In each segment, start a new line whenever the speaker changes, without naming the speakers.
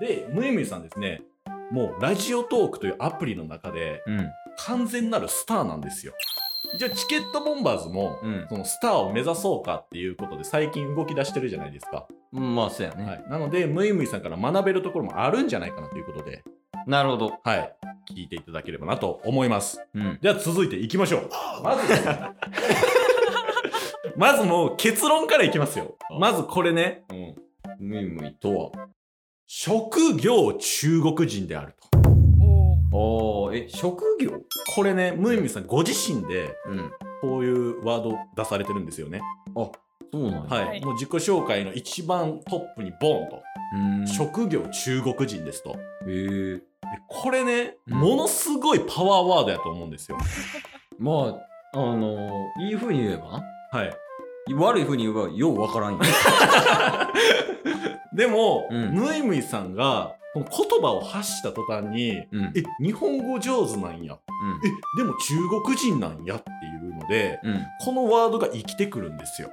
で、むゆみゆさんですね、もうラジオトークというアプリの中で
うん。
完全なるスターなんですよ。一応チケットボンバーズも、
うん
そのスターを目指そうかっていうことで最近動き出してるじゃないですか。
うん。まあ、そうやね。
はい、なので、むいむいさんから学べるところもあるんじゃないかなということで、
なるほど。
はい、聞いていただければなと思います。
うん。
では続いていきましょう。ま ず、まずもう結論からいきますよ。まずこれね、
うん。むいむい。
とは、職業中国人であると。
おー、え、職業
これね、むいむいさんご自身で、
うん。
こういうワード出されてるんですよね。
そうなんや。
はい。
はい
もう自己紹介の一番トップにボーンと、
うん。
職業中国人ですと。
へー。
でこれね、
うん
ものすごいパワーワードやと思うんですよ。
まあ、あのー、いい風に言えば
はい。
な悪い風に言えば、ようわからんよ。
でも、
うん
ムイムイさんが、この言葉を発した途端に、
うん。うん
え、日本語上手なんや。え、でも中国人なんやっていうので、
うん。
このワードが生きてくるんですよ。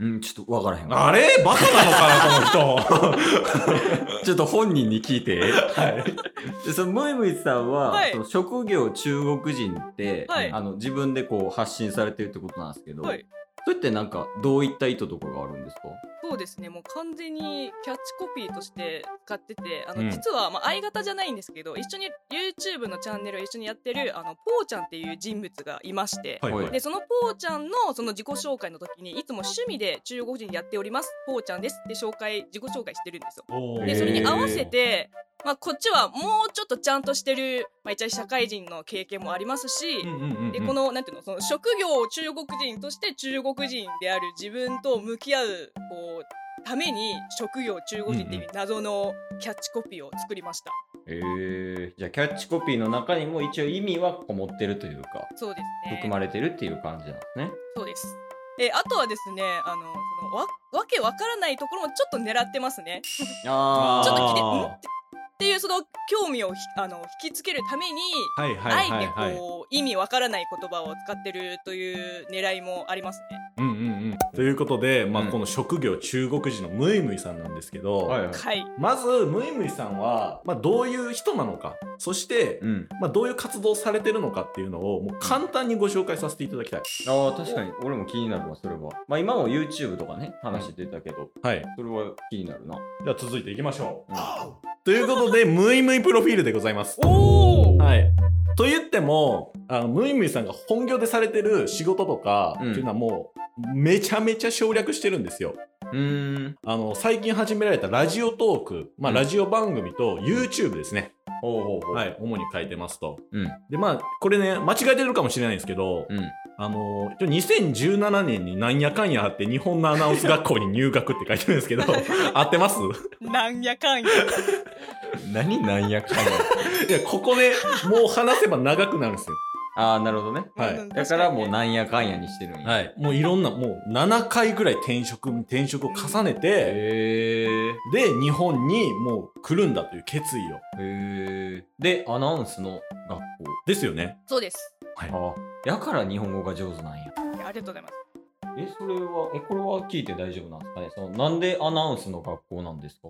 うん、ちょっとわからへんわ。
あれバカなのかな、この人。
ちょっと本人に聞い て。
はい。
でそのムイムイさんは、
はい
その職業中国人って、
はい
あの自分でこう発信されてるってことなんですけど、
はい
それってなんかどういった意図とかがあるんですか
そうですねもう完全にキャッチコピーとして使っててあの、
うん
実は、まあ、相方じゃないんですけど一緒に YouTube のチャンネルを一緒にやってるあのポーちゃんっていう人物がいまして、
はいはい
でそのポーちゃんのその自己紹介の時にいつも趣味で中国人やっておりますポーちゃんですって紹介自己紹介してるんですよ。
おー
でそれに合わせて、まあ、こっちはもうちょっとちゃんとしてる、まあ、一応社会人の経験もありますし、
うんうんうんうん
でこのなんていうのその職業を中国人として中国人である自分と向き合うこうために職業中国人っていう謎のキャッチコピーを作りました。
えー、じゃあキャッチコピーの中にも一応意味はこもってるというか、
そうですね。
含まれてるっていう感じなんですね。
そうです。えあとはですねあのそのわわけわからないところもちょっと狙ってますね。
あ
あ
ー
ちょっときて
あー
んってっていうその興味をひあの引きつけるために。
はいは
あえ
いはい
て
はい。
こう意味わからない言葉を使ってるという狙いもありますね。
うんうんうん、ということで、まあ
うん
この職業中国人のムイムイさんなんですけど、
はいはい。
はい。
まずムイムイさんは、まあ、どういう人なのかそして、
うん、
まあ、どういう活動をされてるのかっていうのをもう簡単にご紹介させていただきたい。
あー確かに俺も気になるわそれはまあ今も YouTube とかね話出たけど、
はい、
それは気になるな
では続いていきましょう。
うん
ということでムイムイプロフィールでございます。
おー
はい、と言ってもあのムイムイさんが本業でされてる仕事とかって
うん
いうのはもうめちゃめちゃ省略してるんですよ。
うーん
あの最近始められたラジオトーク、まあ、
うん
ラジオ番組と YouTube ですね、
ほうほうほう
はい、主に書いてますと。
うん
でまあこれね間違えてるかもしれないんですけど、
うん
あのー2017年になんやかんやあって日本のアナウンス学校に入学って書いてるんですけ ど合ってます
なんやかんや。
何なんやかんや
いやここねもう話せば長くなるんですよ。
ああなるほどね
はい
ん
だからもう
確
なんやかんやにしてるんや。
はい、もういろんなもう7回ぐらい転職転職を重ねて、
へー
で日本にもう来るんだという決意を。
へーで、アナウンスの学
ですよね。
にそうです。
校。あやから日本語が上手なんや。
いやありがとうございます。
え、それは、え、これは聞いて大丈夫なんですかねその、なんでアナウンスの学校なんですか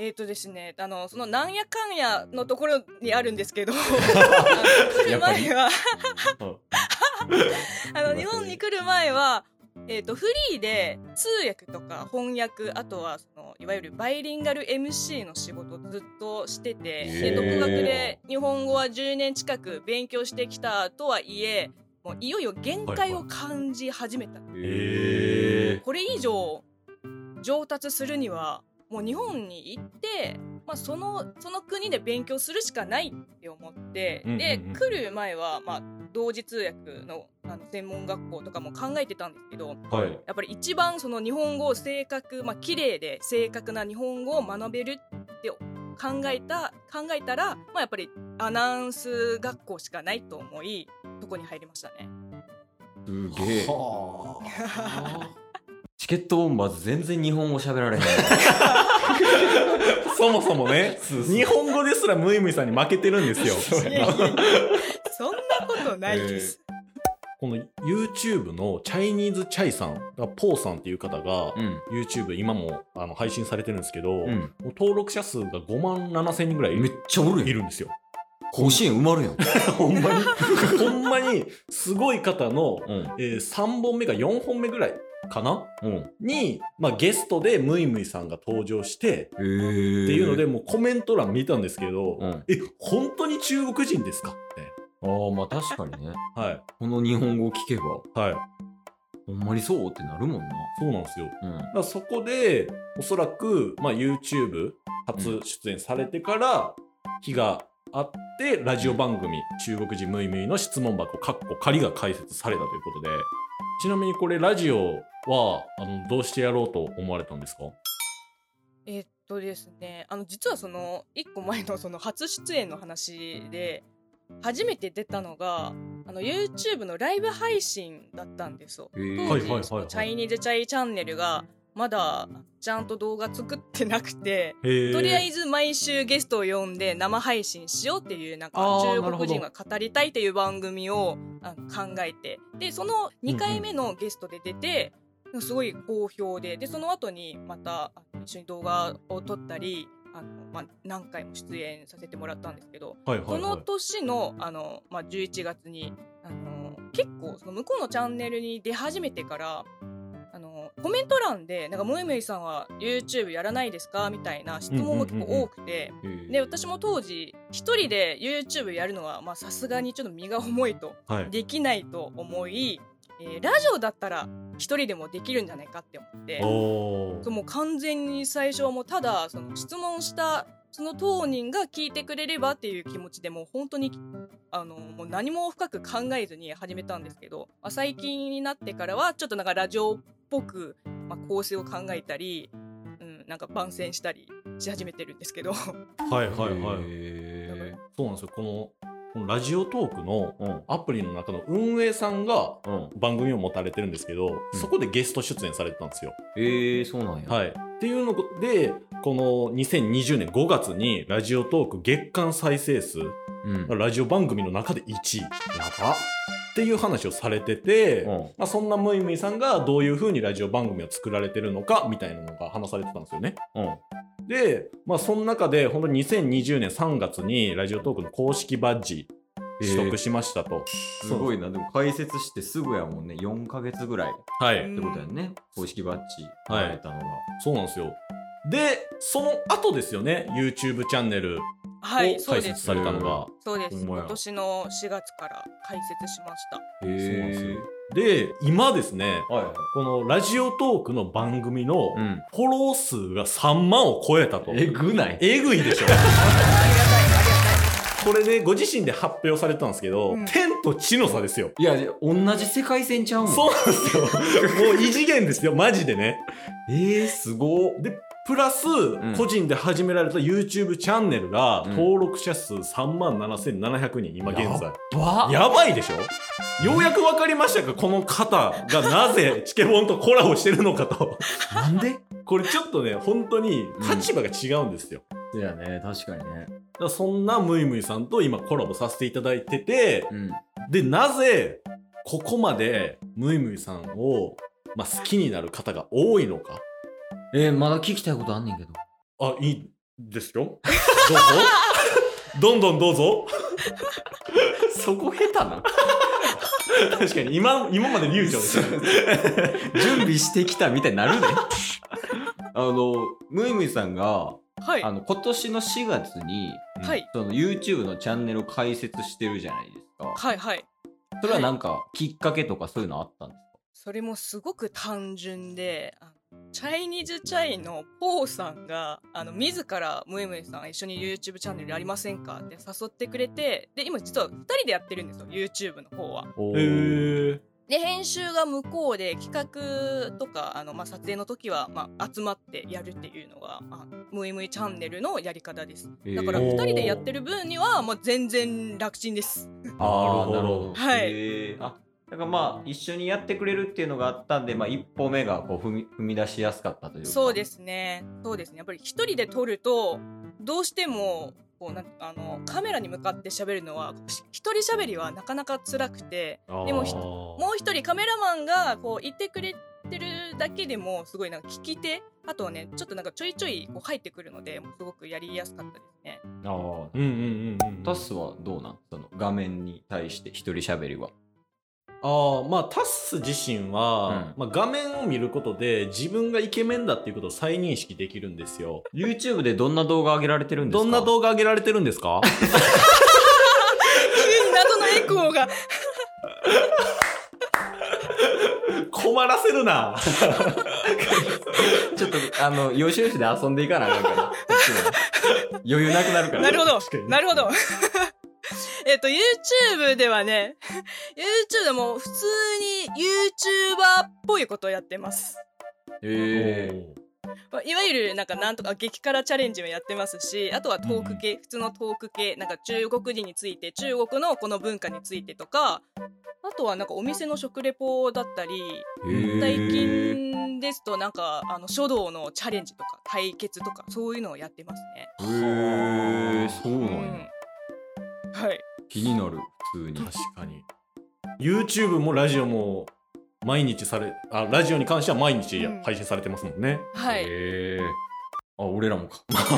えーとですね、あのそのなんやかんやのところにあるんですけど、あの来
やっ
る
ぱり
前は
うん
あの日本に来る前は。えー、とフリーで通訳とか翻訳あとはそのいわゆるバイリンガル MC の仕事をずっとしてて
へ
で
ー
独学で日本語は10年近く勉強してきたとはいえもういよいよ限界を感じ始めた
へ
これ以上上達するにはもう日本に行って、まあ、そのその国で勉強するしかないって思って、
うんうんうん
で来る前は、まあ、同時通訳のあの専門学校とかも考えてたんですけど
はい。
やっぱり一番その日本語を正確まあ綺麗で正確な日本語を学べるって考えた考えたら、まあ、やっぱりアナウンス学校しかないと思いそこに入りました ね。
す
え
げえ。
はあ
チケットボンバーズ全然日本語喋られへん。
そもそもね
そうそ う
日本語ですら ムイムイさんに負けてるんですよ。
いやいやいやそんなことないです。
この YouTube のチャイニーズチャイさんがポーさんっていう方が、
うん。
YouTube 今もあの配信されてるんですけど、
う
も
ん。
う登録者数が5万7千人ぐらいい
めっちゃおるやん。
るんですよ。
甲子園埋まるやん。
ほんまに ほんまにすごい方の、
うん。
え3本目か4本目ぐらいかな
うん。
に、まあ、ゲストでムイムイさんが登場して
へー。
っていうので、、もうコメント欄見たんですけど、
うん。
え本当に中国人ですかって
ああ、まあ確かにね。
はい
この日本語を聞けば、
はい
ほんまにそうってなるもんな。
そうなんですよ
うん
だ。からそこでおそらく、まあ、YouTube 初出演されてから日があって、ラジオ番組「中国人ムイムイ」の質問箱かっこ仮が開設されたということでちなみにこれラジオはあのどうしてやろうと思われたんですか
えっとですね、あの実はその一個前のその初出演の話で初めて出たのがあの YouTube のライブ配信だったんですよ。
へー
は
当
いはい
時そのチャイニーズチャイチャンネルがまだちゃんと動画作ってなくて。とりあえず毎週ゲストを呼んで生配信しようっていうなんか
あーなる
中
ほ
国
ど
人が語りたいという番組をあ考えてでその2回目のゲストで出て、すごい好評ででその後にまたあ一緒に動画を撮ったりあの、まあ、何回も出演させてもらったんですけど
はいはい
そ
はい
の年のあの、まあ、11月にあの結構その向こうのチャンネルに出始めてからあのコメント欄で「なんかむいむいさんは YouTube やらないですか?」みたいな質問が結構多くて、
へー
で私も当時一人で YouTube やるのはまあさすがにちょっと身が重いと
はい
できないと思い、えーラジオだったら一人でもできるんじゃないかって思って。
おー
そうもう完全に最初はもうただその質問したその当人が聞いてくれればっていう気持ちでもう本当にあのもう何も深く考えずに始めたんですけど、まあ、最近になってからはちょっとなんかラジオっぽく、まあ、構成を考えたり、うん、なんか番宣したりし始めてるんですけど
はいはいはい
へ
そうなんですよこのこのラジオトークの
ーうん。
アプリの中の運営さんが
うん。
番組を持たれてるんですけど、
うん
そこでゲスト出演されてたんですよ。
ええそうなんや。
はい、っていうのでこの2020年5月にラジオトーク月間再生数
うん。
ラジオ番組の中で1位っていう話をされてて、
うん
まあ、そんなムイムイさんがどういう風にラジオ番組を作られてるのかみたいなのが話されてたんですよね。
うん。
で、まあ、その中で本当に2020年3月にラジオトークの公式バッジ取得しましたと。
すごいな。でも解説してすぐやもんね。4ヶ月ぐらいっ
は
う
い
ん
てことやんね。公式バッジもらえたのが。
そうなんですよ。で、その後ですよね、YouTube チャンネルを
はい
開
そうです
設されたのが。
そうです
ほんまや
今年の4月から開設しました
そうなんです
へ
よで、今ですね、
え。は
このラジオトークの番組の
い。うん。
フォロー数が3万を超えたと。
えぐない
えぐいでしょ。
ありがたいありがたい
これね、ご自身で発表されてたんですけど、
うん
天と地の差ですよ。
いや、同じ世界線ちゃうもん。
そうなんですよ。もう異次元ですよ、マジでね。
ええすごっ。
で、プラス、
ん
個人で始められた YouTube チャンネルが、
うん
登録者数3万7700人、今現在。
ば
やばいでしょようやく分かりましたかこの方がな ぜチケボンとコラボしてるのかと。
なんで
これちょっとね、本当に立場が違うんですよ。
いやね、確かにね。
だからそんなムイムイさんと今コラボさせていただいてて、
うん。
で、なぜここまでムイムイさんを、まあ、好きになる方が多いのか。
えーまだ聞きたいことあんねんけど。
あ、いいですよ。どう ぞ。どんどんどうぞ。
そこ下手な。
確かに今、今まで流暢ですよ。
準備してきたみたいになるで。 あの、ムイムイさんが、
はい
あの、今年の4月に、
はい
その YouTube のチャンネルを開設してるじゃないですか。
はいはい
それはなんか、きっかけとかそういうのあったんです
それもすごく単純で、あのチャイニーズチャイのポーさんが、あの、自らムエムエさん一緒に YouTube チャンネルやりませんかって誘ってくれて、で、今実は2人でやってるんですよ、YouTube の方は。
か
へー。
で、編集が向こうで企画とか、あの、まあ、撮影の時は、まあ、集まってやるっていうのが、あムエムエチャンネルのやり方です。だから
へ
2
ー
人でやってる分には、もう全然楽ちんです。
ああ、なるほど。
はい
へーあだからまあ一緒にやってくれるっていうのがあったんで、まあ、一歩目がこう踏み踏み出しやすかったというか
そうですすね。そうですね。やっぱり一人で撮ると、どうしても、こうなんあのカメラに向かって喋るのはし一人喋りはなかなか辛くてでもひ
も
もう一人カメラマンがこういてくれてるだけでもすごいなんか聞き手あとはねちょっとなんかちょいちょいこう入ってくるのでもうすごくやりやすかったですね。
あ
うんうんうんうんうん
タスはどうなんその画面に対して一人喋りは。
ああまあタッス自身は、
う
まあ、画面を見ることで自分がイケメンだっていうことを再認識できるんですよ
YouTube でどんな動画上げられてるんですか
どんな動画上げられてるんですか
急に謎のエコーが
困らせるな
ちょっと、あ の、予習しで遊んでいかなあかんから。こっちも余裕なくなるから。
なるほど
確かに
なるほど。 えっと、YouTube ではね、YouTube でも普通に YouTuber っぽいことをやってます。
へえ
まあいわゆるなんかなんとか激辛チャレンジもやってますし、あとはトーク系、普通のトーク系、なんか中国人について、中国のこの文化についてとか、あとはなんかお店の食レポだったり、
ー。
最近ですとなんかあの書道のチャレンジとか対決とかそういうのをやってますね。
へえ、そう
う
なんや。
ん。はい。
気になる、普通に。
確かに YouTube もラジオも毎日されあラジオに関しては毎日
うん
配信されてますもんね、
はい。
へえ。あ、俺らもか。
僕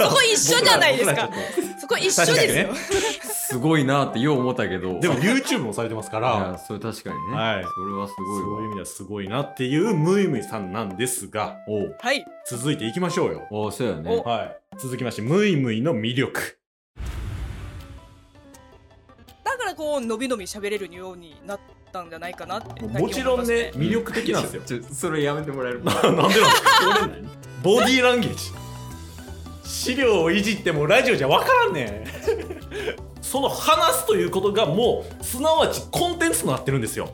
ら
そこ一緒じゃないですか
僕らちょっ
そこ一緒ですよ。
すごいなってよう思ったけど。
とでも
い
YouTube もされてますから
や、それ確かにね。
はい
それはすご
そ
い
ういう意
わ。
味ではすごいなっていうムイムイさんなんですが
おう
はい。
続いていきましょうよ
ああ、そうやね。
お
はい続きましてムイムイの魅力
だからこう、のびのび喋れるようになったんじゃないかなって。
もちろんね魅力的なんですよ
ちょ。ちょそれやめてもらえる
なんで なんですかボディーランゲージ資料をいじってもラジオじゃ分からんねんその話すということがもうすなわちコンテンツとなってるんですよ